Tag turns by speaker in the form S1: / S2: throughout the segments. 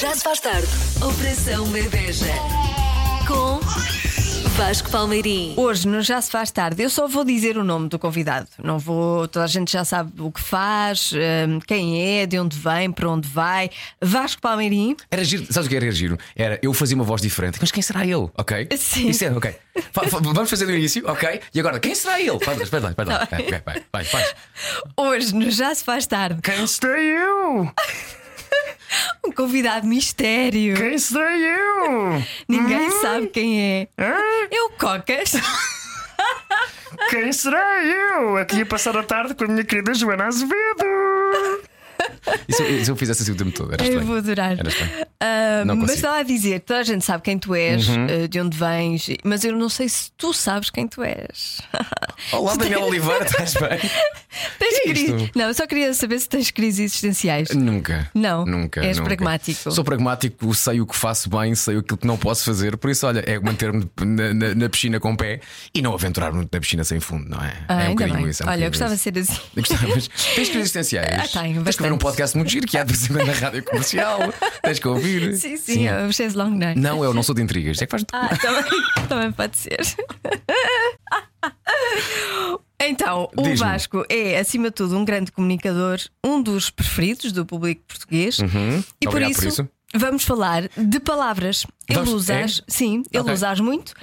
S1: Já se faz tarde. Operação Bebeja. Com Vasco Palmeirim.
S2: Hoje, no Já Se Faz Tarde, eu só vou dizer o nome do convidado. Não vou. Toda a gente já sabe o que faz, hum, quem é, de onde vem, para onde vai. Vasco Palmeirim.
S3: Era giro, sabes o que era giro? Era eu fazia uma voz diferente, mas quem será ele? Ok?
S2: Sim.
S3: Isso é, ok. Fa- fa- vamos fazer do início, ok? E agora, quem será ele? Vai, vai, vai, vai, vai, vai, vai, vai, vai, faz.
S2: Hoje, no Já Se Faz Tarde,
S3: Quem será eu?
S2: um convidado mistério.
S3: Quem será eu?
S2: Ninguém
S3: Hum.
S2: sabe quem é. É o Cocas.
S4: Quem será eu? Aqui a passar a tarde com a minha querida Joana Azevedo.
S3: E se, eu- e se eu fizesse assim o tempo todo? Era
S2: Eu
S3: estranho.
S2: vou adorar.
S3: Era estranho.
S2: Ah,
S3: Não
S2: mas
S3: consigo. Uhum.
S2: estava a dizer, toda a gente sabe quem tu és, ah, de onde vens, mas eu não sei se tu sabes quem tu és.
S3: Olá, Daniel Oliveira, estás bem?
S2: Tens
S3: Que é isto? É um
S2: crise- Não, eu só queria saber se tens crises existenciais.
S3: Nunca.
S2: Não.
S3: Nunca.
S2: És
S3: nunca.
S2: pragmático.
S3: Sou pragmático, sei o que faço bem, sei aquilo que não posso fazer, por isso, olha, é manter-me na, na- na piscina com o pé e não aventurar-me na piscina sem fundo, não é?
S2: Ah,
S3: é um
S2: ainda
S3: bocadinho
S2: bem.
S3: isso. É um
S2: Olha, eu
S3: bocadinho
S2: gostava
S3: isso.
S2: de ser assim.
S3: Gostavas? Tens crises existenciais?
S2: Ah, tenho,
S3: Tens que ouvir um
S2: bastantes.
S3: podcast muito giro que há de vez em quando na rádio comercial. Tens que ouvir.
S2: Sim, sim, é o Chase Long Night.
S3: Não, eu não sou de intrigas. É que faz.
S2: Ah, também, também pode ser. Então, o
S3: Diz-me.
S2: Vasco é, acima de tudo, um grande comunicador, um dos preferidos do público português. E por
S3: Uhum. Obrigado
S2: isso,
S3: por isso.
S2: vamos falar de palavras. Ele
S3: Vamos-
S2: usas,
S3: é?
S2: sim, ele
S3: Ok.
S2: usas muito.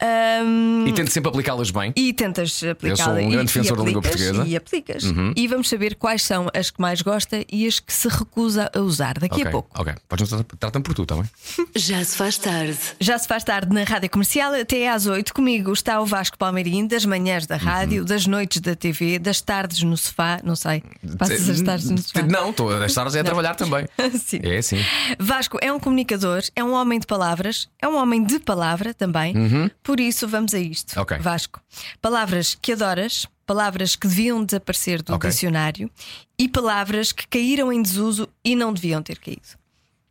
S2: Ahm,
S3: E tento sempre aplicá-las bem.
S2: Hum. E tentas aplicá-la.
S3: sou um
S2: e-
S3: grande
S2: e
S3: defensor da língua
S2: aplicas,
S3: portuguesa. Uhum.
S2: E aplicas. E vamos saber quais são as que mais gosta e as que se recusa a usar daqui
S3: ok,
S2: a pouco.
S3: ok. Podes não tratar-me por tu, está bem?
S1: Já se faz tarde.
S2: Já se faz tarde na Rádio Comercial, até às 8 comigo está o Vasco Palmeirim, das manhãs da
S3: Uhum.
S2: rádio, das noites da TV, das tardes no sofá, não sei. Passas as tardes no sofá.
S3: Não, estou as tardes é a trabalhar também.
S2: Sim.
S3: É assim.
S2: Vasco é um comunicador, é um homem de palavras, é um homem de palavra também. Por isso, vamos a isto.
S3: Uhum. Ok.
S2: Vasco, palavras que adoras, palavras que deviam desaparecer do
S3: Ok.
S2: dicionário e palavras que caíram em desuso e não deviam ter caído.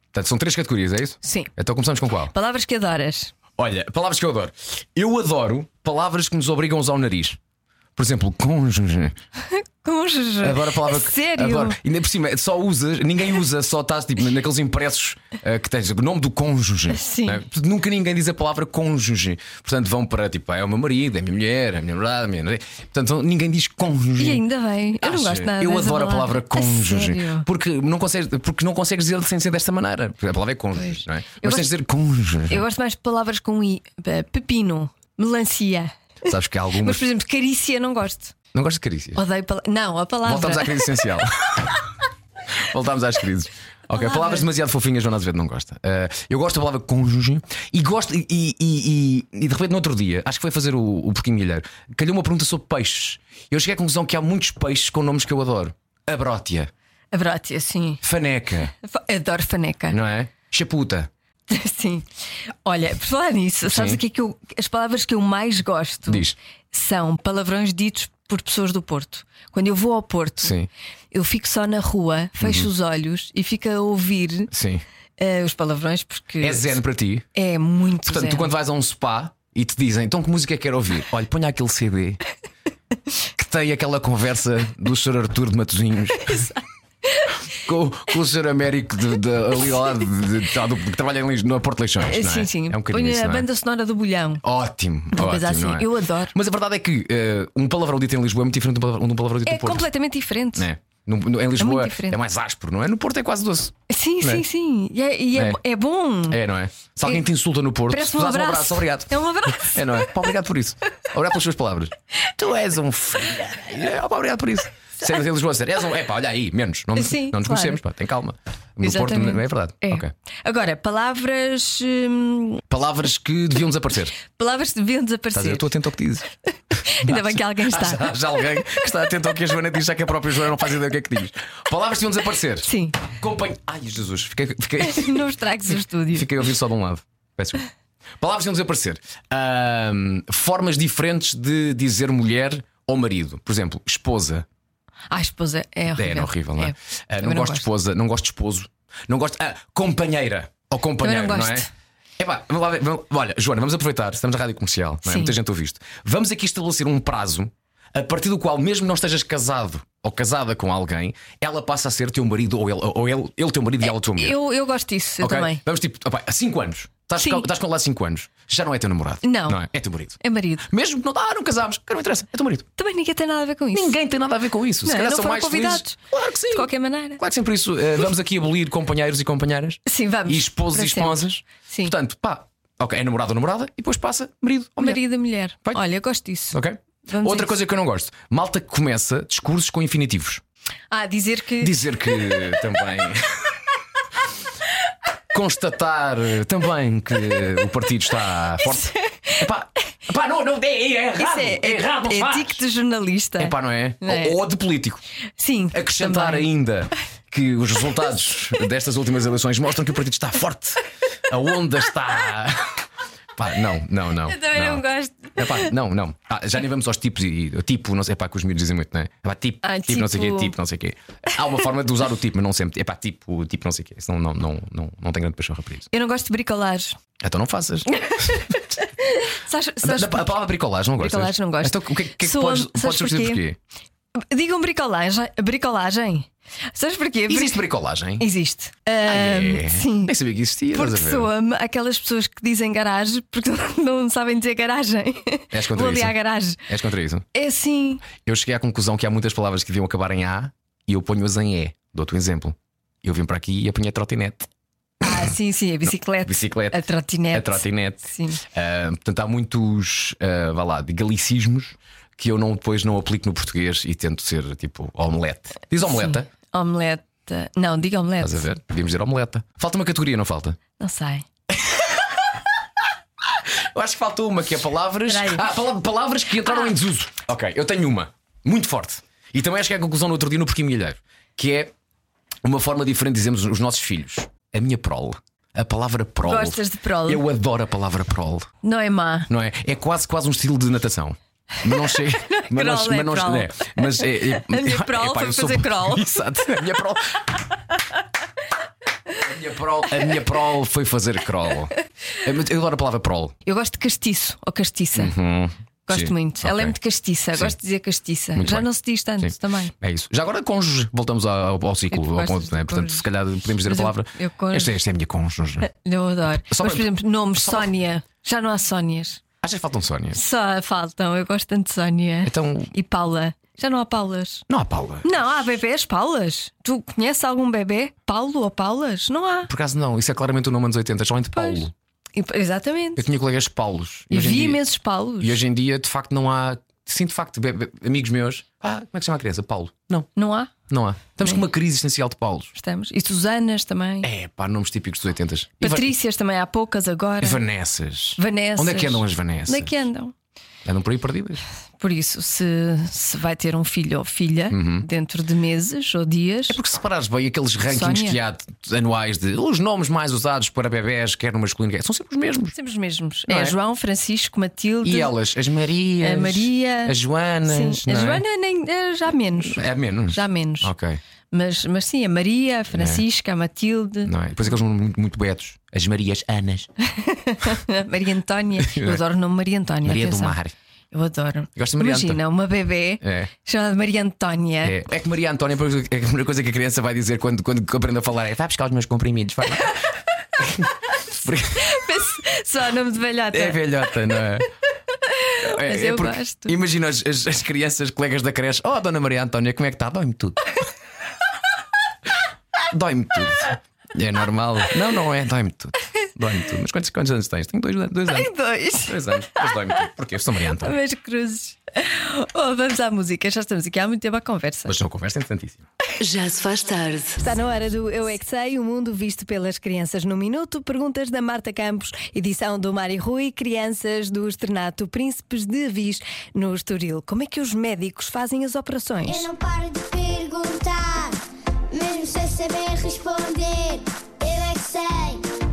S3: Portanto, são três categorias, é isso?
S2: Sim.
S3: Então começamos com qual?
S2: Palavras que adoras.
S3: Olha, palavras que eu adoro. Eu adoro palavras que nos obrigam a usar o nariz. Por exemplo, cônjuge.
S2: Cônjuge.
S3: Adoro a palavra.
S2: A
S3: que-
S2: Sério?
S3: adoro. Ainda por cima, só usas, ninguém usa, só estás tipo naqueles impressos ah, que tens, o nome do cônjuge.
S2: Sim.
S3: né? Portanto, Nunca ninguém diz a palavra cônjuge. Portanto, vão para tipo, ah, é o meu marido, é a minha mulher, é a minha namorada, a minha. namorada. Portanto, ninguém diz cônjuge.
S2: E ainda bem, eu não
S3: Acha?
S2: gosto nada
S3: Ah, Eu
S2: dessa
S3: adoro a palavra cônjuge.
S2: sério?
S3: porque, não consegues, porque não consegues dizer sem ser desta maneira. Porque A palavra é cônjuge, não é? Mas
S2: gosto-
S3: tens de dizer cônjuge.
S2: Eu gosto mais de palavras com i. Pe- Pepino, melancia.
S3: Sabes que há
S2: Mas,
S3: algumas.
S2: por exemplo, carícia não gosto.
S3: Não gosto de carícias.
S2: Odeio pala... Não, a palavra.
S3: Voltamos à crise essencial. Voltamos às crises. Ok,
S2: Palavras.
S3: palavras demasiado fofinhas, Joana Azevedo não gosta. Eh, eu gosto da palavra cônjuge e gosto. E, e, e- e de repente, no outro dia, acho que foi fazer o, o Porquinho Milheiro, calhou uma pergunta sobre peixes. Eu cheguei à conclusão que há muitos peixes com nomes que eu adoro: abrótia,
S2: A brótia, sim.
S3: faneca,
S2: Fa- Adoro faneca.
S3: não é? Chaputa.
S2: Sim. Olha, por falar nisso, sabes
S3: Sim.
S2: o que é que eu. As palavras que eu mais gosto
S3: Diz.
S2: são palavrões ditos por pessoas do Porto. Quando eu vou ao Porto,
S3: Sim. Uhum.
S2: eu fico só na rua, fecho os olhos e fico a ouvir
S3: Sim.
S2: eh, os palavrões porque.
S3: É zen para ti.
S2: É muito
S3: Portanto,
S2: zen.
S3: tu quando vais a um spa e te dizem então que música é que quer ouvir? Olha, ponha aquele CD que tem aquela conversa do Sr. Arthur de Matosinhos. Com, com o Sr. Américo de, de, ali ao lado de- de- do- que trabalha em Leix- na Porto Leixões.
S2: Eh,
S3: não é?
S2: Sim, sim.
S3: É um bocadinho
S2: Ponho
S3: isso,
S2: a
S3: não é?
S2: banda sonora do bolhão.
S3: Ótimo.
S2: Uma
S3: ótimo
S2: coisa assim,
S3: não é?
S2: eu adoro.
S3: Mas a verdade é que eh, um palavrão dito em Lisboa é muito diferente de um palavrão- de um palavrão dito
S2: É
S3: no Porto.
S2: completamente diferente.
S3: É. No- no- em Lisboa
S2: diferente.
S3: é mais áspero, não é? No Porto é quase doce.
S2: Sim,
S3: Não é?
S2: sim, sim. E é, e é-
S3: É.
S2: é bom.
S3: É, não é? Se alguém te insulta no Porto,
S2: Parece
S3: tu
S2: um
S3: dás
S2: abraço.
S3: um abraço, obrigado.
S2: É um abraço.
S3: É, não é? Pá, Obrigado por isso. Obrigado pelas suas palavras. Tu és um filho. É, pá, Obrigado por isso. Se eles vão dizer, és um. É pá, olha aí, menos. Não, nos-
S2: Sim,
S3: não
S2: claro.
S3: nos conhecemos, pá, tem calma. No
S2: Exatamente.
S3: Porto não é verdade.
S2: É.
S3: Ok.
S2: Agora, palavras. hum,
S3: Palavras que deviam desaparecer. Estás
S2: palavras que deviam
S3: a ver? Eu
S2: desaparecer.
S3: estou atento ao que dizes.
S2: Ainda bem que alguém está.
S3: Já, alguém que está atento ao que a Joana diz, já que a própria Joana não faz ideia do que é que diz. Palavras que deviam desaparecer.
S2: Sim,
S3: Acompanhe. Ai, Jesus, fiquei, fiquei,
S2: não estragues o estúdio.
S3: fiquei a ouvir só de um lado. Peço desculpa. Palavras que deviam desaparecer. Ahm, formas diferentes de dizer mulher ou marido. Por exemplo, esposa.
S2: Ah, esposa, é horrível.
S3: É, era horrível, não é?
S2: É.
S3: Ah, não,
S2: Também
S3: gosto de esposa, não gosto de esposo, não gosto. Ah, companheira ou companheiro,
S2: Também não
S3: é?
S2: gosto.
S3: Epá, vamos lá ver. vamos- Olha, Joana, vamos aproveitar, estamos na rádio comercial, não é?
S2: Sim.
S3: muita gente ouve isto. Vamos aqui estabelecer um prazo a partir do qual, mesmo não estejas casado ou casada com alguém, ela passa a ser teu marido ou ele, ou ele, ele teu marido e ela tua mulher.
S2: É, Eu, eu gosto disso, eu
S3: Ok?
S2: também.
S3: Vamos tipo, opa, há 5 anos. Estás
S2: Sim.
S3: com, estás com ele há 5 anos. Já não é teu namorado.
S2: Não.
S3: é? É teu marido.
S2: É marido.
S3: Mesmo que não, ah, não casámos, não interessa, é teu marido.
S2: Também ninguém tem nada a ver com isso.
S3: Ninguém tem nada a ver com isso.
S2: Não,
S3: Se calhar
S2: não
S3: são
S2: foram
S3: mais
S2: convidados.
S3: felizes. Claro que sim.
S2: De qualquer maneira.
S3: Claro que sempre isso. eh, vamos aqui abolir companheiros e companheiras.
S2: Sim, vamos.
S3: E esposos
S2: Para
S3: e esposas.
S2: Sim.
S3: Portanto, pá, ok, é namorado ou namorada e depois passa marido ou mulher.
S2: Marido e mulher.
S3: Vai.
S2: Olha, eu gosto disso.
S3: Ok?
S2: Vamos a
S3: Outra
S2: isso.
S3: coisa que eu não gosto: malta que começa discursos com infinitivos.
S2: Ah, dizer que.
S3: Dizer que também. Constatar eh, também que o partido está forte. Epá, epá, não, não, é, é errado.
S2: é- isso é,
S3: é errado, não
S2: é,
S3: faz.
S2: tico de jornalista.
S3: Epá, não é?
S2: Não é?
S3: Ou, ou de político.
S2: Sim.
S3: Acrescentar
S2: também.
S3: ainda que os resultados destas últimas eleições mostram que o partido está forte. A onda está. Pá, não, não, não.
S2: Eu também não, gosto.
S3: Epá, não, não. Ah, já nem vamos aos tipos e e- tipo, não sei, epá, que os miúdos dizem muito, não é? Epá, tipo,
S2: Ah,
S3: tipo, não sei o quê,
S2: tipo.
S3: tipo, não sei o quê. Há uma forma de usar o tipo, mas não sempre. Epá, tipo, tipo, não sei o quê. Senão não, não, não, não tem grande pachorra para isso.
S2: Eu não gosto de bricolage.
S3: Então não faças.
S2: Sabes,
S3: Da-
S2: sabes-
S3: da- a palavra bricolagem não gostas?
S2: Bricolagem não gosto.
S3: Então o que, é- o que é que
S2: Soa-me-
S3: podes,
S2: sabes
S3: podes substituir por
S2: porquê?
S3: quê?
S2: Digam bricolagem. Bricolagem. Sabes porquê? Bri-
S3: Existe bricolagem?
S2: Existe.
S3: É.
S2: Ahm, Ah, Sim.
S3: Nem sabia que existia. estás
S2: Porque
S3: a ver?
S2: soa-me aquelas pessoas que dizem garagem porque não sabem dizer garagem.
S3: És contra
S2: Vou ali
S3: isso?
S2: à garagem.
S3: És contra isso?
S2: É assim.
S3: Eu cheguei à conclusão que há muitas palavras que deviam acabar em A e eu ponho-as em E. Dou-te um exemplo. Eu vim para aqui e apanhei a trotinete.
S2: Ah, sim, sim, a bicicleta.
S3: é Bicicleta. É
S2: A trotinete.
S3: A trotinete.
S2: Sim.
S3: Ah, portanto, há muitos, ah, vá lá, de galicismos que eu não, depois não aplico no português e tento ser tipo omelete. Diz omeleta,
S2: Omeleta. Não, diga omelete.
S3: estás a ver? Devíamos dizer omeleta. Falta uma categoria, não falta?
S2: Não sei.
S3: Eu acho que falta uma, que é palavras.
S2: Espera aí. Ah.
S3: Ah, pala- palavras que entraram em desuso. Ok, eu tenho uma, muito forte. E também acho que é a conclusão no outro dia no Porquinho Milheiro, que é uma forma diferente de dizermos os nossos filhos. A minha prole. A palavra prole.
S2: Gostas de prole?
S3: Eu adoro a palavra prole.
S2: Não é má.
S3: Não é? É quase, quase um estilo de natação. Mas não chega. mas não,
S2: crawl, é
S3: mas não
S2: crawl.
S3: é. Mas é, é-
S2: A minha prol
S3: Epá,
S2: foi
S3: eu sou-
S2: fazer crawl.
S3: Exato. A minha prol. A minha prol, a minha prol foi fazer crawl. Eu adoro a palavra prol.
S2: Eu gosto de castiço ou castiça. Gosto
S3: Uhum. Sim,
S2: muito.
S3: ok.
S2: Ela é muito castiça. Gosto de dizer castiça.
S3: Muito
S2: Já
S3: bem.
S2: não se diz tanto
S3: Sim.
S2: também.
S3: É isso. Já agora cônjuge, voltamos ao, ao
S2: Eu
S3: ciclo, ao
S2: gosto
S3: ponto,
S2: de
S3: né? portanto,
S2: cônjuge.
S3: se calhar podemos dizer a
S2: Mas eu-
S3: palavra.
S2: eu cônjuge-
S3: Esta, esta é a minha cônjuge.
S2: Eu adoro.
S3: Só
S2: Mas,
S3: para-
S2: por exemplo, nomes:
S3: só para-
S2: Sónia. Já não há Sónias.
S3: Achas que faltam Sónias?
S2: Só faltam. Eu gosto tanto de Sónia.
S3: Então,
S2: E Paula. Já não há Paulas.
S3: não há Paula.
S2: Não, há bebês Paulas. Tu conheces algum bebê? Paulo ou Paulas? Não há.
S3: Por acaso não, isso é claramente o nome anos 80, somente Paulo.
S2: Pois. E-
S3: Eu
S2: Exatamente.
S3: tinha colegas Paulos.
S2: E
S3: hoje em
S2: vi
S3: dia-
S2: imensos Paulos.
S3: E hoje em dia, de facto, não há. Sim, de facto, be- be- amigos meus. Ah, como é que se chama a criança? Paulo. Não,
S2: Não há?
S3: não há. Estamos com uma crise existencial de Paulos.
S2: Estamos. E Susanas também.
S3: É, pá, nomes típicos dos 80.
S2: Patrícias também há poucas agora.
S3: E Vanessas.
S2: Vanessas.
S3: Onde é que andam as Vanessas?
S2: Onde é que andam?
S3: Andam por aí perdidas.
S2: Por isso, se, se vai ter um filho ou filha dentro de meses ou dias,
S3: Uhum. É porque se parares bem aqueles rankings
S2: Sónia.
S3: que há de- anuais de os nomes mais usados para bebés, quer no masculino, quer... são sempre os mesmos.
S2: sempre os mesmos.
S3: Não
S2: É,
S3: é?
S2: João, Francisco, Matilde,
S3: E elas, as Marias,
S2: a Maria.
S3: as
S2: Sim,
S3: Joanas.
S2: a
S3: não é?
S2: Joana nem, é, já menos.
S3: É menos.
S2: Já menos.
S3: Ok, É.
S2: Mas, mas sim, a Maria, a Francisca, a Matilde,
S3: não é? Depois aqueles muito, muito betos, as Marias Anas,
S2: a Maria Antónia. Eu adoro o nome Maria Antónia.
S3: Maria
S2: atenção.
S3: do Mar.
S2: Eu adoro.
S3: Gosto de Maria
S2: Imagina, uma bebê
S3: É.
S2: chamada Maria Antónia.
S3: É, é que Maria Antónia pois, é que a primeira coisa que a criança vai dizer quando, quando aprende a falar é vai buscar os meus comprimidos, vai. Porque
S2: Só nome de velhota.
S3: é velhota, não é? É,
S2: Mas
S3: é
S2: eu
S3: porque-
S2: gosto.
S3: Imagina as, as- as crianças, colegas da creche, oh Dona Maria Antónia, como é que está? Dói-me tudo. Dói-me tudo. É normal. Não, não é, dói-me tudo. Dói-me tudo. Mas quantos, quantos anos tens? Tenho dois, dois anos.
S2: Ai, dois.
S3: Dois anos, mas dói-me tudo. Porquê? Eu sou Maria Antónia.
S2: Meus cruzes. Oh, vamos à música, já estamos aqui há muito tempo à conversa.
S3: Mas são conversa interessantíssima.
S1: Já se faz tarde.
S2: Está na hora do Eu é que Sei, o mundo visto pelas crianças no minuto. Perguntas da Marta Campos, edição do Mário Rui, crianças do Externato Príncipes de Avis, no Estoril. Como é que os médicos fazem as
S5: Eu
S2: operações?
S5: não paro de perguntar, mesmo sem saber responder. Eu é que sei,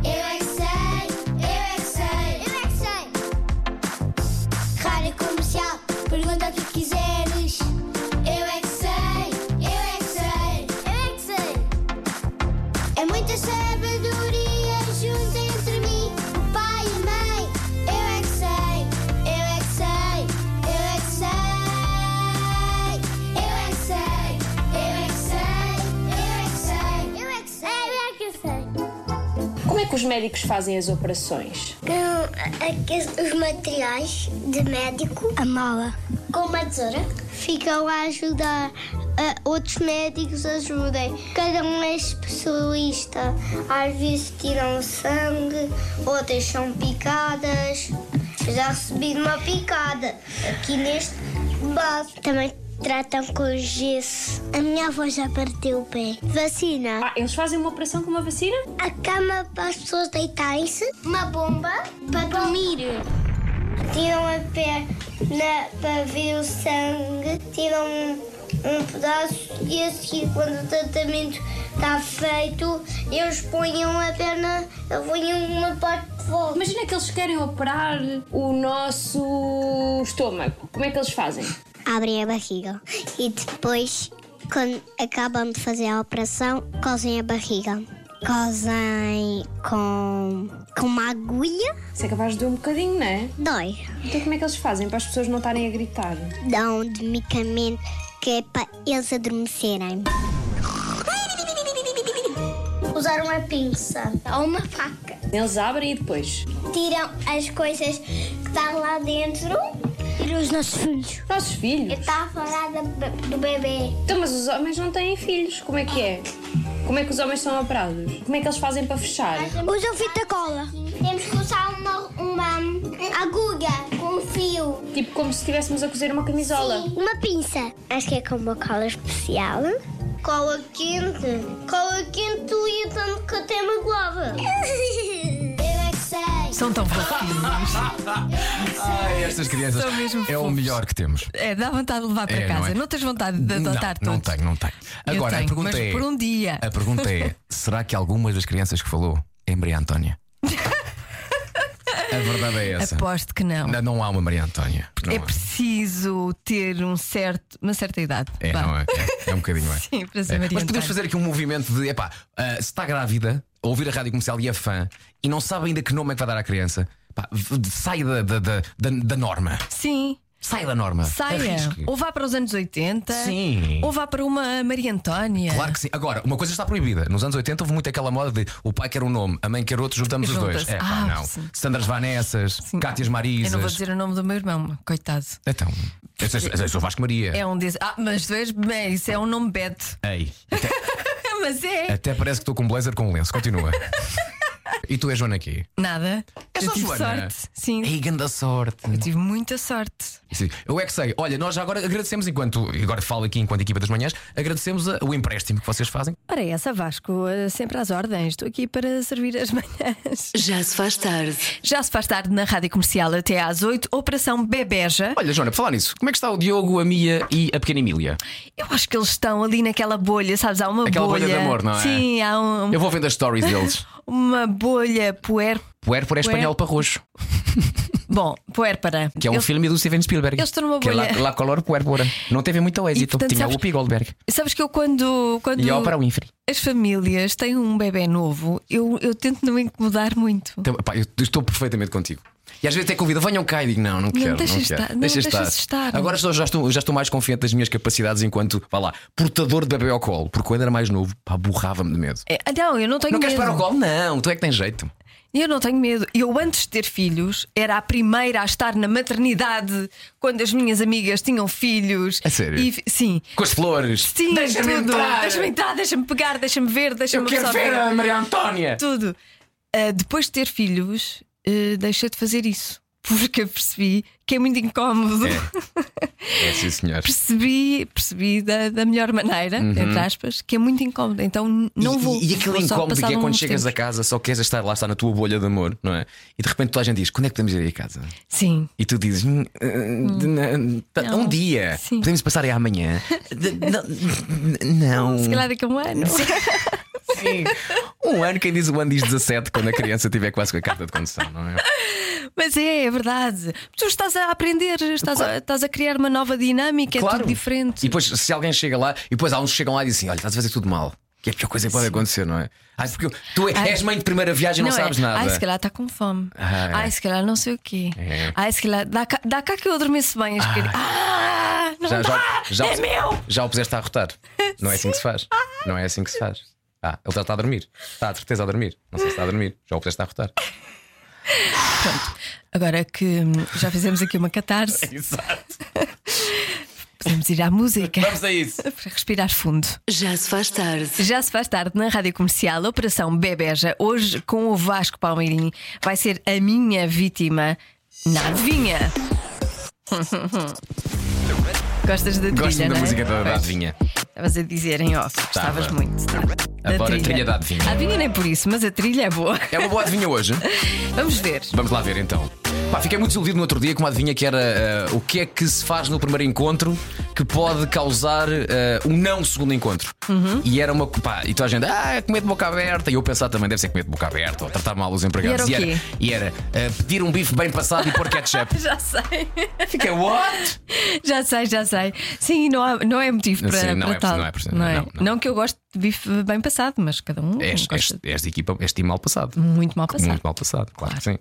S5: eu é que sei, eu é que sei, eu é que sei. Rádio comercial, pergunta o que quiseres. Eu é que sei, eu é que sei, eu é que sei. É E muita sabedoria junta entre mim, o pai e a mãe. Eu é que sei, eu é que sei, eu é que sei.
S6: Como é que os médicos fazem as operações?
S5: os materiais de médico. A mala. Com uma tesoura. Ficam a ajudar. a- outros médicos ajudem. Cada um é especialista. Às vezes tiram sangue, outras são picadas. Eu Já recebi uma picada aqui neste braço. Também tratam com gesso. A minha avó já partiu o pé. Vacina.
S6: Ah, eles fazem uma operação com uma vacina?
S5: A cama para as pessoas deitarem-se. Uma bomba para dormir. Tiram a perna para ver o sangue. Tiram um, um pedaço e a seguir, quando o tratamento está feito, eles ponham a perna, ponham uma parte de volta.
S6: Imagina que eles querem operar o nosso estômago. Como é que eles fazem?
S5: Abrem a barriga e depois, quando acabam de fazer a operação, cosem a barriga. Cosem com, com uma agulha.
S6: Isso é capaz de doer um bocadinho, não é?
S5: Dói.
S6: Então como é que eles fazem para as pessoas não estarem a gritar?
S5: dão de medicamento que é para eles adormecerem. Usar uma pinça ou uma faca.
S6: Eles abrem e depois.
S5: Tiram as coisas que estão lá dentro. Tiram os nossos filhos.
S6: Nossos filhos.
S5: Eu estava a falar da be- do bebê.
S6: Então, mas os homens não têm filhos. Como é que é? Como é que os homens são operados? Como é que eles fazem para fechar?
S5: Usam fita cola. Temos que usar uma, uma agulha com fio.
S6: Tipo como se estivéssemos a cozer uma camisola.
S5: Uma pinça. Acho que é com uma cola especial. Cola quente. Cola quente e tanto que até me glava. Eu é que sei.
S2: São tão fofinhos.
S3: Ai, estas crianças
S2: São mesmo
S3: é o
S2: fofos.
S3: melhor que temos.
S2: É, dá vontade de levar para
S3: É, não
S2: casa. Não,
S3: é?
S2: tens vontade de adotar
S3: não, não
S2: todos?
S3: tenho, não tenho.
S2: Eu
S3: Agora,
S2: tenho,
S3: a pergunta
S2: mas
S3: é.
S2: por um dia.
S3: A pergunta é: será que algumas das crianças que falou é Maria Antónia? a verdade é essa.
S2: Aposto que não.
S3: Não, não há uma Maria Antónia. Não
S2: É
S3: há.
S2: preciso ter um certo, uma certa idade.
S3: É,
S2: Vá.
S3: não é? É, é um bocadinho, é.
S2: Sim, para ser
S3: É.
S2: Maria
S3: Mas podemos
S2: Antónia.
S3: fazer aqui um movimento de epá, ah, se está grávida, a ouvir a rádio comercial e é fã e não sabe ainda que nome é que vai dar à criança, pá, v- de- sai da, da, da, da- da norma.
S2: Sim,
S3: Sai da norma.
S2: saia.
S3: Arrisque.
S2: Ou vá para os anos 80.
S3: Sim.
S2: Ou vá para uma Maria Antónia.
S3: Claro que sim. Agora, uma coisa está proibida. Nos anos 80 houve muito aquela moda de o pai quer um nome, a mãe quer outro, juntamos os dois.
S2: Junta-se.
S3: É, pá,
S2: Ah,
S3: não.
S2: sim.
S3: Sandras Vanessas,
S2: Sim.
S3: Cátias
S2: Eu não vou
S3: Marisas.
S2: dizer o nome do meu irmão, coitado.
S3: Então, eu sou, eu sou Vasco Maria.
S2: É um desses. Ah, mas tu és bem, isso é um nome bad.
S3: Ei, até,
S2: mas é.
S3: até parece que estou com um blazer com um lenço. Continua. e tu és Joana aqui?
S2: Nada.
S3: É
S2: Eu
S3: só
S2: tive
S3: Joana. É.
S2: sorte. Sim.
S3: Ei, grande sorte.
S2: Eu tive muita sorte.
S3: Sim, eu é que sei. Olha, nós já agora agradecemos, enquanto, e agora falo aqui enquanto equipa das manhãs, agradecemos a- o empréstimo que vocês fazem.
S2: Ora, é essa Vasco, eh, sempre às ordens. Estou aqui para servir as manhãs.
S1: Já se faz tarde.
S2: Já se faz tarde na rádio comercial até às 8, Operação Bebeja.
S3: Olha, Joana, por falar nisso, como é que está o Diogo, a Mia e a pequena Emília?
S2: Eu acho que eles estão ali naquela bolha, sabes? Há uma
S3: Aquela bolha
S2: bolha.
S3: de amor, não é?
S2: Sim, há um-
S3: Eu vou vendo as stories deles.
S2: uma bolha puer.
S3: Puer por espanhol para roxo,
S2: Bom, puérpara.
S3: que é um
S2: Eles-
S3: filme do Steven Spielberg.
S2: eles estão numa
S3: que é lá,
S2: bolha.
S3: lá color puer pura. Não teve muito êxito.
S2: portanto,
S3: Tinha
S2: sabes-
S3: o P. Goldberg
S2: Sabes que eu quando. quando
S3: e é a Oprah Winfrey.
S2: As famílias têm um bebê novo, eu, eu tento não incomodar muito.
S3: Então, pá, eu estou perfeitamente contigo. E às vezes até convida, venham cá e digo, não, não quero.
S2: deixa
S3: não quero.
S2: estar, não, deixa-se estar.
S3: Agora só- já estou, já estou mais confiante das minhas capacidades enquanto, vá lá, portador de bebê ao colo. Porque quando era mais novo, pá, borrava-me de medo.
S2: É, ah, não, eu não tenho
S3: Não
S2: medo.
S3: queres parar o colo? Não, tu é que tens jeito.
S2: Eu não tenho medo. Eu, antes de ter filhos, era a primeira a estar na maternidade quando as minhas amigas tinham filhos.
S3: A sério?
S2: E fi- sim.
S3: Com as flores.
S2: Sim,
S3: Deixa-me
S2: tudo.
S3: entrar.
S2: Deixa-me entrar, deixa-me pegar, deixa-me ver,
S3: Eu
S2: deixa-me
S3: quero ver a Maria Antónia.
S2: Tudo. Ah, depois de ter filhos, ah, deixei de fazer isso. Porque eu percebi que é muito incómodo.
S3: É, sim, senhor.
S2: Percebi, percebi da, da melhor maneira, entre aspas, que é muito incómodo. Então n- não
S3: Uhum. e,
S2: vou.
S3: E, e aquele
S2: vou só
S3: incómodo
S2: passar um
S3: que é quando
S2: uns
S3: chegas a
S2: tempos.
S3: casa, só queres estar lá, está na tua bolha de amor, não é? E de repente toda a gente diz: quando é que podemos ir a casa?
S2: Sim.
S3: E tu dizes: "Hum, eh, de- na- ta-
S2: Não.
S3: um dia,
S2: Sim.
S3: podemos passar aí amanhã. De- não- Não.
S2: Se calhar daqui a um ano.
S3: Sim. Um ano, quem diz o ano diz 17, quando a criança tiver quase com a carta de condução, não é?
S2: Mas é, é verdade. Tu estás a aprender, estás, a, estás a criar uma nova dinâmica, é tudo diferente.
S3: E depois, se alguém chega lá, e depois há uns que chegam lá e dizem: assim, Olha, estás a fazer tudo mal. Que é a pior coisa que pode acontecer, não é? Ai, porque tu
S2: Ai.
S3: és mãe de primeira viagem e não,
S2: é.
S3: sabes nada.
S2: Ai, se calhar está com fome.
S3: Ah, é.
S2: Ai, se calhar não sei o quê.
S3: É.
S2: Ai, se calhar dá cá, dá cá que eu adormeço bem. As pequenas- Ah, não
S3: já,
S2: dá!
S3: já, já,
S2: é
S3: o-
S2: meu!
S3: Ah. já o puseste a arrotar. Não é assim que se faz. Não é assim que se faz.
S7: Ah, ele já está a dormir. Está de certeza a dormir. Não sei se está a dormir. Já o pudeste arrotar.
S2: Agora que hum, já fizemos aqui uma catarse,
S7: Exato.
S2: podemos ir à música
S7: Vamos a isso.
S2: para respirar fundo.
S1: Já se faz tarde.
S2: Já se faz tarde na Rádio Comercial, Operação Bebeja, hoje com o Vasco Palmeirinho. Vai ser a minha vítima na adivinha. Gostas da trilha,
S3: Gosto da
S2: não é?
S3: música da, da
S2: Pois.
S3: adivinha.
S2: Estavas a dizer em off, gostavas muito. tá?
S3: Adoro a trilha da adivinha.
S2: A adivinha nem por isso, mas a trilha é boa.
S3: É uma boa adivinha hoje.
S2: Vamos ver.
S3: Vamos lá ver então. Pá, fiquei muito desiludido no outro dia com uma adivinha que era eh, o que é que se faz no primeiro encontro que pode causar eh, um não segundo encontro.
S2: Uhum.
S3: E era uma. Pá, e toda a gente, ah, é comer de boca aberta. E eu pensar também, deve ser comer de boca aberta ou tratar mal os empregados.
S2: E era o quê?
S3: e era, eh, pedir um bife bem passado e pôr ketchup.
S2: Já sei,
S3: Fiquei, what?
S2: já sei, já sei. Sim, não, há- não é motivo para,
S3: Sim, não
S2: para
S3: é-
S2: tal.
S3: não é por- não, não.
S2: que eu gosto de bife bem passado, mas cada um.
S3: Este,
S2: gosta
S3: este, este equipa, este time mal passado.
S2: Muito mal passado.
S3: Muito mal passado, claro, que sim.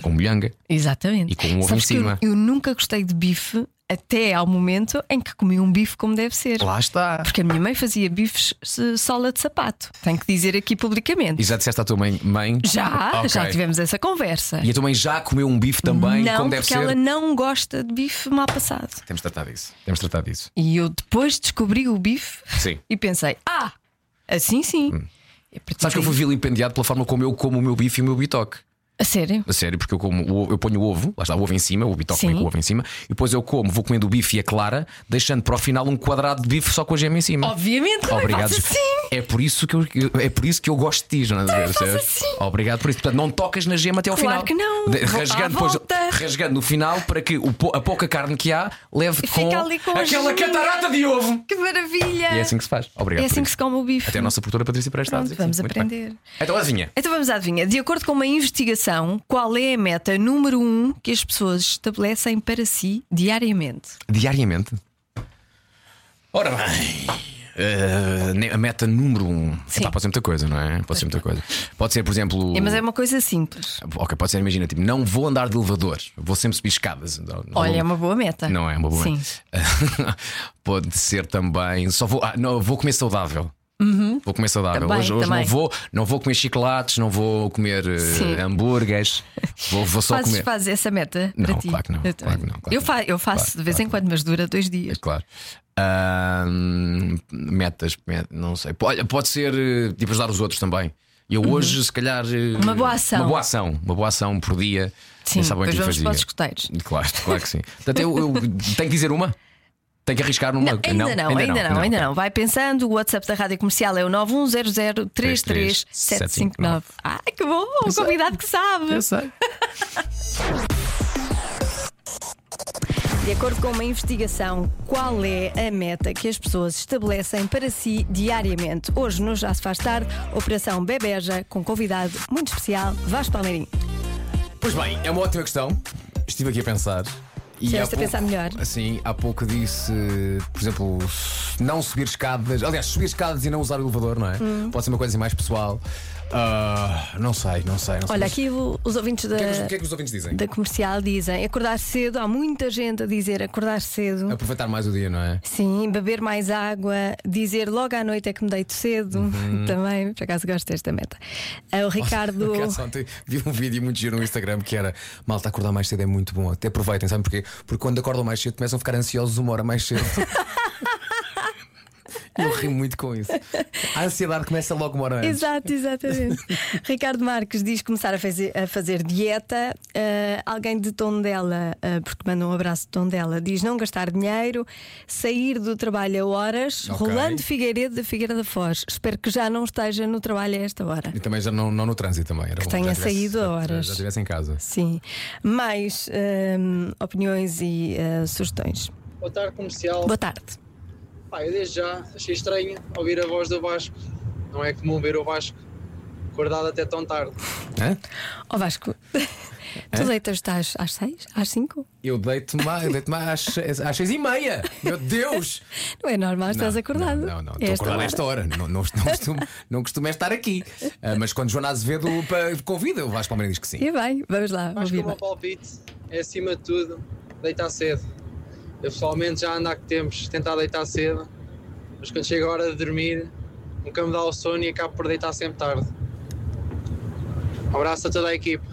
S3: Com molhanga.
S2: Exatamente.
S3: E com um ovo
S2: Sabes
S3: em
S2: que eu-
S3: cima.
S2: Eu, nunca gostei de bife até ao momento em que comi um bife como deve ser.
S3: Lá está.
S2: Porque a minha mãe fazia bifes se- sola de sapato. Tenho que dizer aqui publicamente.
S3: E já disseste à tua mãe, mãe?
S2: Já,
S3: Ok.
S2: já tivemos essa conversa.
S3: E a tua mãe já comeu um bife também,
S2: não,
S3: como deve
S2: porque
S3: ser?
S2: ela não gosta de bife mal passado.
S3: Temos de tratar disso. Temos de tratar disso.
S2: E eu depois descobri o bife
S3: Sim.
S2: e pensei: ah, assim sim. E a partir
S3: Sabes que eu fui
S2: daí-
S3: vilipendiado pela forma como eu como o meu bife e o meu bitoque.
S2: A sério?
S3: A sério, porque eu como o- eu ponho o ovo, lá está o ovo em cima, o bitoque
S2: Sim.
S3: vem com o ovo em cima, e depois eu como, vou comendo o bife e a clara, deixando para o final um quadrado de bife só com a gema em cima.
S2: Obviamente, não
S3: Obrigado.
S2: faço assim.
S3: É por isso que eu, é por isso que eu gosto de ti, Jonas.
S2: assim.
S3: Obrigado por isso. Portanto, não tocas na gema até ao
S2: Claro
S3: final.
S2: que não.
S3: De-
S2: Vou à
S3: Rasgando, depois-
S2: volta.
S3: rasgando no final para que o po- a pouca carne que há leve
S2: E
S3: com,
S2: fica ali com a
S3: aquela
S2: geminha.
S3: catarata de ovo.
S2: Que maravilha!
S3: E é assim que se faz. Obrigado.
S2: É
S3: por
S2: assim que
S3: isso.
S2: se come o bife.
S3: Até a nossa é assim, produtora Patrícia Presta.
S2: Pronto, vamos aprender.
S3: Então, adivinha.
S2: Então vamos à adivinha. De acordo com uma investigação, qual é a meta número um que as pessoas estabelecem para si diariamente?
S3: Diariamente. Ora bem. eh, ne- a meta número um. Epá, pode ser muita coisa, não é? Pode ser muita coisa. Pode ser, por exemplo.
S2: É, mas é uma coisa simples.
S3: Ok, pode ser, imagina, tipo, não vou andar de elevador, vou sempre subir escadas. Não- não
S2: Olha,
S3: vou-
S2: é uma boa meta.
S3: Não é uma boa.
S2: Sim.
S3: Pode ser também. Só vou. ah, não, vou comer saudável. Vou comer saudável.
S2: Uhum. Também,
S3: hoje hoje não,
S2: também.
S3: vou, não vou comer chocolates, não vou comer eh,
S2: Sim.
S3: hambúrgueres. Vou, vou só
S2: Fazes,
S3: comer.
S2: fazes essa meta
S3: Não,
S2: para ti?
S3: claro que não,
S2: Eu,
S3: claro
S2: também.
S3: que não, claro
S2: eu,
S3: que
S2: fa- eu faço
S3: Claro,
S2: de vez
S3: claro
S2: em quando, mas dura dois dias.
S3: Claro. Ahm, metas, met- não sei. Po- Olha, pode ser eh, tipo ajudar os outros também. Eu hoje, se calhar. eh,
S2: Uhum. Uma boa ação.
S3: Uma boa ação, uma boa ação por dia.
S2: Sim,
S3: Pensava em
S2: depois
S3: que
S2: vamos
S3: fazia.
S2: para os escuteiros.
S3: Claro, claro que sim. Portanto, eu, eu tenho que dizer uma? Tenho que arriscar numa?
S2: Não, ainda não, ainda, não, ainda não. Vai pensando, o WhatsApp da Rádio Comercial é o 910033759. Ah, que bom! O convidado que sabe.
S3: é Eu sei.
S2: De acordo com uma investigação, qual é a meta que as pessoas estabelecem para si diariamente? Hoje, no Já Se Faz Tarde, Operação Bebeja, com convidado muito especial, Vasco Palmeirinho.
S3: Pois bem, é uma ótima questão. Estive aqui a pensar. E
S2: Estiveste
S3: há
S2: a pensar melhor.
S3: Assim, há pouco disse, por exemplo, não subir escadas. Aliás, subir escadas e não usar o elevador, não é?
S2: Hum.
S3: Pode ser uma coisa assim mais pessoal. Ah, não sei, não sei. Não sei.
S2: Olha,
S3: Mas
S2: aqui o- os ouvintes da,
S3: O que, é que, os- o que é que os ouvintes dizem?
S2: da comercial dizem acordar cedo, há muita gente a dizer acordar cedo.
S3: Aproveitar mais o dia, não é?
S2: Sim, beber mais água, dizer logo à noite é que me deito cedo. Também, por acaso gosto desta meta. Ah, O Ricardo.
S3: Uhum. Por acaso ontem vi um vídeo muito giro no Instagram que era malta acordar mais cedo é muito bom. Até aproveitem, sabem porquê? Porque quando acordam mais cedo começam a ficar ansiosos uma hora mais cedo. Eu ri muito com isso. A ansiedade começa logo uma hora antes.
S2: Exato, exatamente. Ricardo Marques diz começar a fazer, a fazer dieta. Ah, alguém de Tondela, ah, porque mandou um abraço de Tondela, diz não gastar dinheiro, sair do trabalho a horas,
S3: Ok.
S2: Rolando Figueiredo da Figueira da Foz. Espero que já não esteja no trabalho a esta hora.
S3: E também já não, não no trânsito também. Era
S2: Que
S3: bom,
S2: tenha
S3: já estivesse-
S2: saído a
S3: já-
S2: horas.
S3: Já estivesse em casa.
S2: Sim. Mais ahm, opiniões e ah, sugestões.
S8: Boa tarde, comercial.
S2: Boa tarde.
S8: Pá, eu desde já achei estranho ouvir a voz do Vasco. Não é comum ver o Vasco acordado até tão tarde.
S3: Hã?
S2: Ó Vasco, tu deitas-te às, às seis? Às cinco?
S3: Eu deito-me à- eu deito-me às, seis- às seis e meia. Meu Deus!
S2: Não é normal, estás
S3: Não,
S2: acordado.
S3: Não, não, não.
S2: É
S3: Estou acordado a
S2: hora.
S3: esta hora. Não, não, não, costumo, não costumo é estar aqui. Ah, mas quando Joana Azevedo pa- convida, o Vasco Palmeiras diz que sim.
S2: E bem, vamos lá,
S8: Mas
S2: ouvir.
S8: como o palpite é acima de tudo deitar cedo. Eu pessoalmente já ando há que tempos a tentar deitar cedo, mas quando chega a hora de dormir nunca me dá o sono e acabo por deitar sempre tarde. Um abraço a toda a equipe.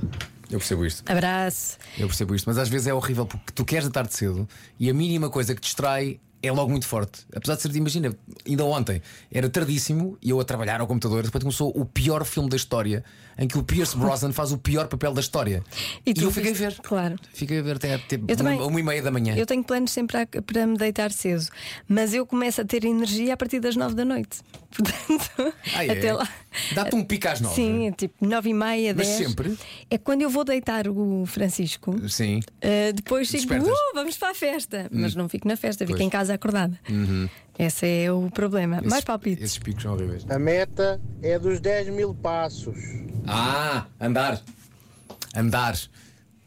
S7: Eu percebo isto.
S2: Abraço.
S3: Eu percebo isto, mas às vezes é horrível porque tu queres deitar-te cedo e a mínima coisa que te distrai é logo muito forte. Apesar de ser, imagina, ainda ontem era tardíssimo e eu a trabalhar ao computador, depois começou o pior filme da história em que o Pierce Brosnan faz o pior papel da história.
S2: E
S3: E,
S2: tu
S3: eu fiquei a
S2: viste?
S3: ver.
S2: Claro.
S3: Fiquei a ver até tipo,
S2: Eu também.
S3: uma, uma e meia da manhã.
S2: Eu tenho planos sempre a- para me deitar cedo, mas eu começo a ter energia a partir das nove da noite. Portanto,
S3: Ah, é?
S2: até lá.
S3: Dá-te um pico às nove.
S2: Sim, é tipo nove e meia,
S3: Mas
S2: dez.
S3: sempre?
S2: É quando eu vou deitar o Francisco.
S3: Sim.
S2: Uh, depois fico,
S3: Despertas. Hum.
S2: uh, vamos para a festa. Mas não fico na festa, fico
S3: Pois. Uhum.
S2: em casa acordada. Esse é o problema. Mais
S3: Esses-
S2: palpites.
S3: Esses picos são horríveis.
S9: A meta é dos 10 mil passos.
S3: Ah, andar. Andar.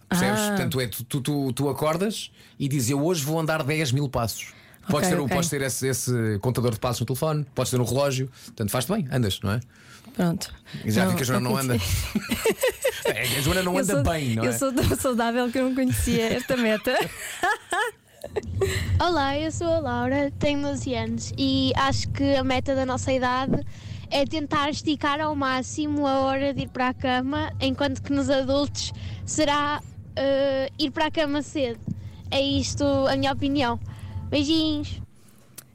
S3: Percebes?
S2: Ah.
S3: Portanto, é, tu, tu, tu, tu acordas e dizes eu hoje vou andar 10 mil passos. Podes ter, o-
S2: ok.
S3: podes ter esse, esse contador de passos no telefone, podes ter um relógio, portanto faz-te bem, andas, não é?
S2: Pronto.
S3: E já vi que a Joana não anda. é, que a Joana não
S2: Eu
S3: anda
S2: sou,
S3: bem, não
S2: eu
S3: é?
S2: sou tão saudável que eu não conhecia esta meta.
S10: Olá, eu sou a Laura, tenho 12 anos e acho que a meta da nossa idade é tentar esticar ao máximo a hora de ir para a cama, enquanto que nos adultos será eh, ir para a cama cedo. É isto a minha opinião. Beijinhos!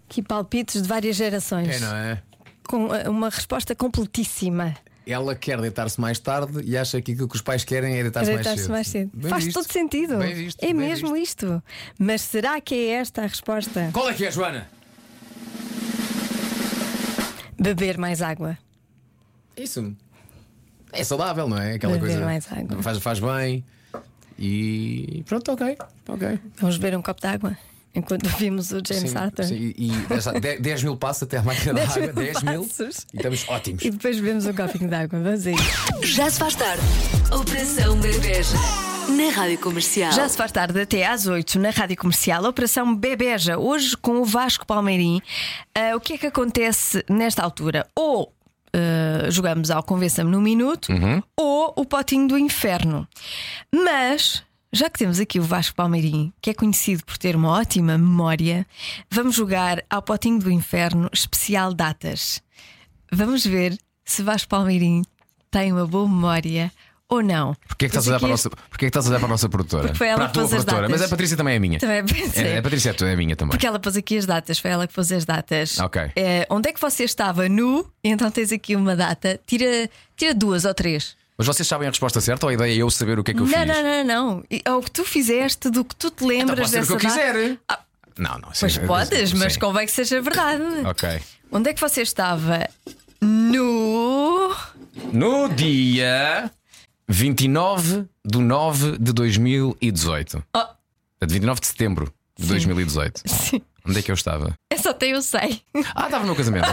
S2: Que palpites de várias gerações.
S3: É, não é?
S2: Com uh, uma resposta completíssima.
S3: Ela quer deitar-se mais tarde e acha que aquilo que os pais querem é deitar-se mais cedo.
S2: Deitar-se mais cedo.
S3: Bem
S2: Faz
S3: visto.
S2: todo sentido.
S3: Bem visto,
S2: é
S3: bem
S2: mesmo
S3: visto.
S2: isto. Mas será que é esta a resposta?
S3: Qual é que é, Joana?
S2: Beber mais água.
S3: Isso. É saudável, não é? Aquela
S2: Beber
S3: coisa.
S2: mais água.
S3: Faz, faz bem. E pronto, ok. Ok.
S2: Vamos beber um copo de água enquanto vimos o James
S3: sim,
S2: Arthur.
S3: sim, e 10, mil passos até a máquina da
S2: 10
S3: água,
S2: mil
S3: 10 mil.
S2: passos.
S3: E estamos ótimos.
S2: E depois bebemos um copinho de água. Vamos a isso.
S1: Já se faz tarde. Operação Bebeja. Na Rádio Comercial.
S2: Já se faz tarde até às 8 na Rádio Comercial, Operação Bebeja, hoje com o Vasco Palmeirim. Ah, o que é que acontece nesta altura? Ou ah, jogamos ao Convença-me num Minuto, ou o Potinho do Inferno. Mas. Já que temos aqui o Vasco Palmeirim, que é conhecido por ter uma ótima memória, vamos jogar ao Potinho do Inferno especial datas. Vamos ver se Vasco Palmeirim tem uma boa memória ou não.
S3: Porquê é que estás
S2: Pois
S3: a olhar
S2: aqui
S3: para a
S2: este-
S3: nossa, porquê é que estás a olhar para a nossa produtora?
S2: Porque foi ela
S3: para a
S2: que
S3: tua
S2: pôs as
S3: produtora.
S2: datas.
S3: Mas a Patrícia também é minha.
S2: Também pensei.
S3: É, a Patrícia é tua- é minha também.
S2: Porque ela pôs aqui as datas, foi ela que pôs as datas.
S3: Ok.
S2: Eh, onde é que você estava nu? Então tens aqui uma data, tira, tira duas ou três.
S3: Mas vocês sabem a resposta certa ou a ideia é eu saber o que é que eu
S2: não, não,
S3: fiz?
S2: não, não, não. E- É o que tu fizeste, do que tu te
S3: Então
S2: lembras
S3: posso dizer o que
S2: dessa
S3: eu
S2: data. Ah.
S3: quiser. Não, não.
S2: Pois
S3: sim,
S2: podes,
S3: sim.
S2: mas convém que seja verdade.
S3: Ok.
S2: Onde é que você estava nu?
S3: No dia 29 de 9 de 2018.
S2: Oh.
S3: De 29 de setembro de 2018.
S2: Sim,
S3: Onde é que eu estava?
S2: eu só tenho sei.
S3: Ah, estava no meu casamento.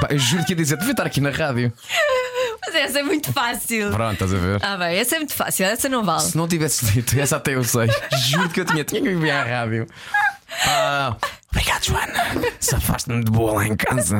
S3: Pá, eu juro que ia dizer, devia estar aqui na rádio.
S2: Mas essa é muito fácil.
S3: Pronto, estás a ver?
S2: Ah, bem, essa é muito fácil, essa não vale.
S3: Se não tivesse dito, essa até eu sei. Juro que eu tinha, tinha que vir à rádio. Ah, obrigado, Joana. Safaste-me de boa lá em casa.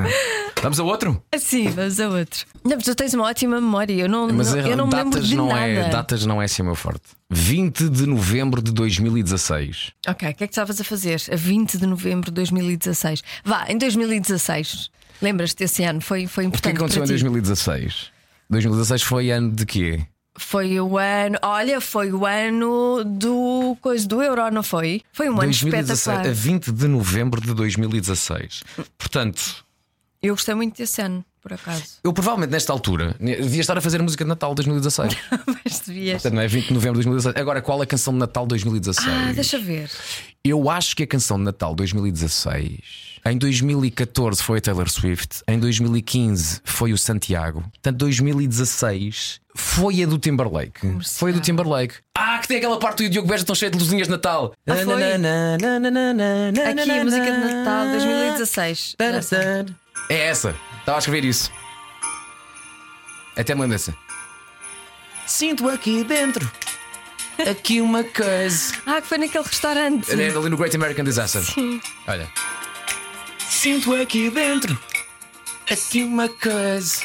S3: Vamos a outro?
S2: Sim, vamos a outro. Não, mas tu tens uma ótima memória. Eu não, não- eu não me lembro
S3: É, eh, datas,
S2: de
S3: não
S2: nada.
S3: é, datas não é assim o meu forte. 20 de novembro de 2016.
S2: Ok, o que é que estavas a fazer a 20 de novembro de 2016? Vá, em 2016. Lembras-te desse ano? Foi, foi
S3: O que é
S2: importante.
S3: que aconteceu em
S2: para ti.
S3: 2016? 2016 foi ano de quê?
S2: Foi o ano. Olha, foi o ano do. coisa do euro, não foi? Foi um ano
S3: 2016, a
S2: espetacular.
S3: 20 de novembro de 2016. Portanto,
S2: Eu gostei muito desse ano, por acaso.
S3: Eu provavelmente nesta altura devia estar a fazer música de Natal 2016. Portanto,
S2: Mas devias.
S3: não é 20 de novembro de 2016. Agora, qual é a canção de Natal 2016?
S2: Ah, deixa ver.
S3: Eu acho que a canção de Natal 2016. Em 2014 foi a Taylor Swift. Em 2015 foi o Santiago. Portanto, 2016 foi a do Timberlake. Foi a do Timberlake. Ah, que tem aquela parte do Diogo Beja estão cheio de luzinhas de Natal.
S2: Ah, foi? Aqui
S3: Aqui
S2: a música de Natal 2016. Já sei.
S3: É essa. Estava a escrever isso. Até me lembro dessa. Sinto aqui dentro. Aqui uma coisa.
S2: Ah, que foi naquele restaurante.
S3: Era ali é no Great American Disaster.
S2: Sim.
S3: Olha. Sinto aqui dentro. Aqui uma coisa.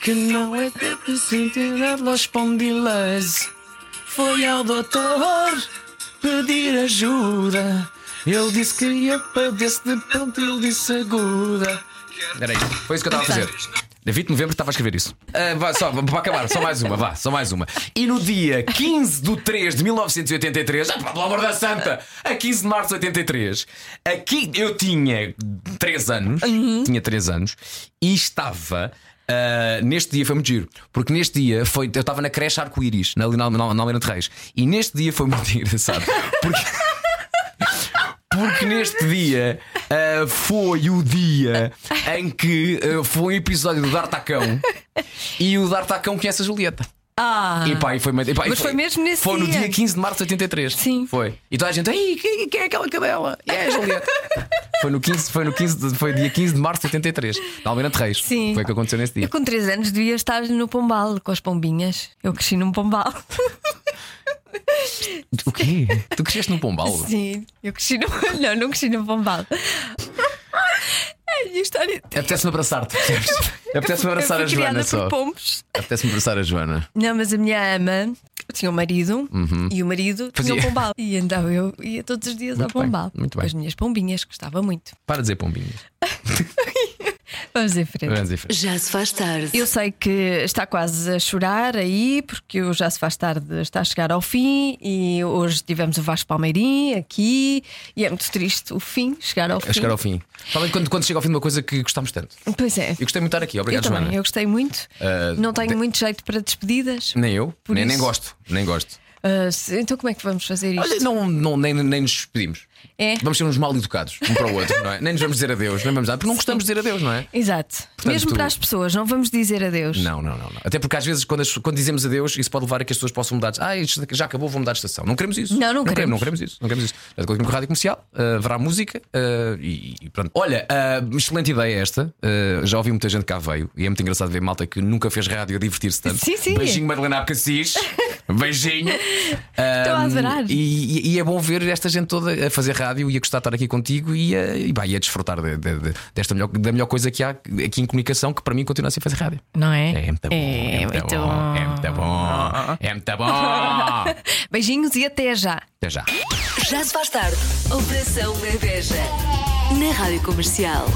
S3: Que não é de sentir a espondilase. Foi ao doutor pedir ajuda. Ele disse que ia padecer de pente, ele disse aguda. Era isto. Foi isso que eu estava a fazer. Dia 20 de novembro estava a escrever isso. Ah, vá, só, vá, para acabar, só mais uma, vá, só mais uma. E no dia 15 de 3 de 1983, ah, pá, pelo amor da santa, a 15 de março de 83, aqui eu tinha 3 anos, tinha 3 anos, e estava. ah, neste dia foi muito giro, porque neste dia foi. Eu estava na creche Arco-Íris, na, na, na, na Almeida de Reis, e neste dia foi muito engraçado. Porque. Porque neste dia ah, foi o dia em que ah, foi um episódio do D'Artacão e o D'Artacão conhece a Julieta.
S2: Ah!
S3: E pá, e foi, e pá, e
S2: Mas foi mesmo nesse
S3: Foi no
S2: dia.
S3: dia 15 de março de 83. Sim. Foi. E toda a gente, ei, quem, quem é aquela cadela? E é a Julieta. foi, no 15, foi, no 15 de- foi dia 15 de março de 83, na Almeida de Reis.
S2: Sim.
S3: Foi o que aconteceu nesse
S2: Eu
S3: dia.
S2: com 3 anos devia estar no pombal com as pombinhas. Eu cresci num pombal.
S3: O quê? Tu cresceste num pombal?
S2: Sim, eu cresci no. Não, não cresci no pombal. Ai, a história.
S3: Apetece-me abraçar-te, percebes? Apetece-me abraçar
S2: eu
S3: a
S2: fui criada
S3: Joana
S2: por
S3: só.
S2: pombos.
S3: Apetece-me abraçar a Joana.
S2: Não, mas a minha ama tinha um marido
S3: Uhum.
S2: e o marido tinha
S3: Fazia.
S2: um pombal. E então eu ia todos os dias
S3: Muito
S2: ao
S3: bem,
S2: pombal.
S3: muito bem.
S2: Com as minhas pombinhas, gostava muito.
S3: Para de dizer pombinhas.
S2: Vamos em frente.
S3: Vamos em frente.
S11: Já se faz tarde.
S2: Eu sei que está quase a chorar aí, porque o Já Se Faz Tarde está a chegar ao fim e hoje tivemos o Vasco Palmeirim aqui e é muito triste o fim, chegar ao
S3: A
S2: fim.
S3: É chegar ao fim. Falem quando, quando chega ao fim de uma coisa que gostámos tanto.
S2: Pois é.
S3: Eu gostei muito de estar aqui,
S2: eu
S3: obrigado,
S2: também,
S3: Joana.
S2: eu gostei muito.
S3: Ah,
S2: Não tenho
S3: de-
S2: muito jeito para despedidas.
S3: Nem eu,
S2: Por
S3: nem, nem
S2: isso-
S3: gosto, nem gosto.
S2: Ah, se- então como é que vamos fazer isto?
S3: Olha, não, não, nem, nem nos despedimos.
S2: É?
S3: Vamos ser uns mal educados um para o outro, não é? Nem nos vamos dizer adeus, nem vamos dar, porque não gostamos de dizer adeus, não é?
S2: Exato. Mesmo para as pessoas, não vamos dizer adeus.
S3: Não, não, não, não. Até porque às vezes quando, as- quando dizemos adeus, isso pode levar a que as pessoas possam mudar. de- Ah, isto já acabou, vou mudar de estação. Não queremos isso.
S2: Não, não
S3: queremos.
S2: queremos.
S3: não queremos isso. Não queremos isso. Portanto, Continuo com a rádio comercial, ah, haverá música ah, e, e pronto. Olha, ah, excelente ideia esta. Ah, já ouvi muita gente cá veio e é muito engraçado ver malta que nunca fez rádio a divertir-se tanto.
S2: Sim, sim.
S3: Beijinho, Madalena Abcacis. Beijinho.
S2: Estou a
S3: Um,
S2: adorar.
S3: E, e- e é bom ver esta gente toda a fazer rádio e a gostar de estar aqui contigo e a, e, pá, e a desfrutar de- de- de- desta melhor, da melhor coisa que há aqui em comunicação, que para mim continua a ser fazer rádio.
S2: Não é?
S3: É muito bom. É muito bom. É muito bom. É muito bom.
S2: Beijinhos e até já.
S3: Até já.
S11: Já se faz tarde. Operação Bebeja. Na Rádio Comercial.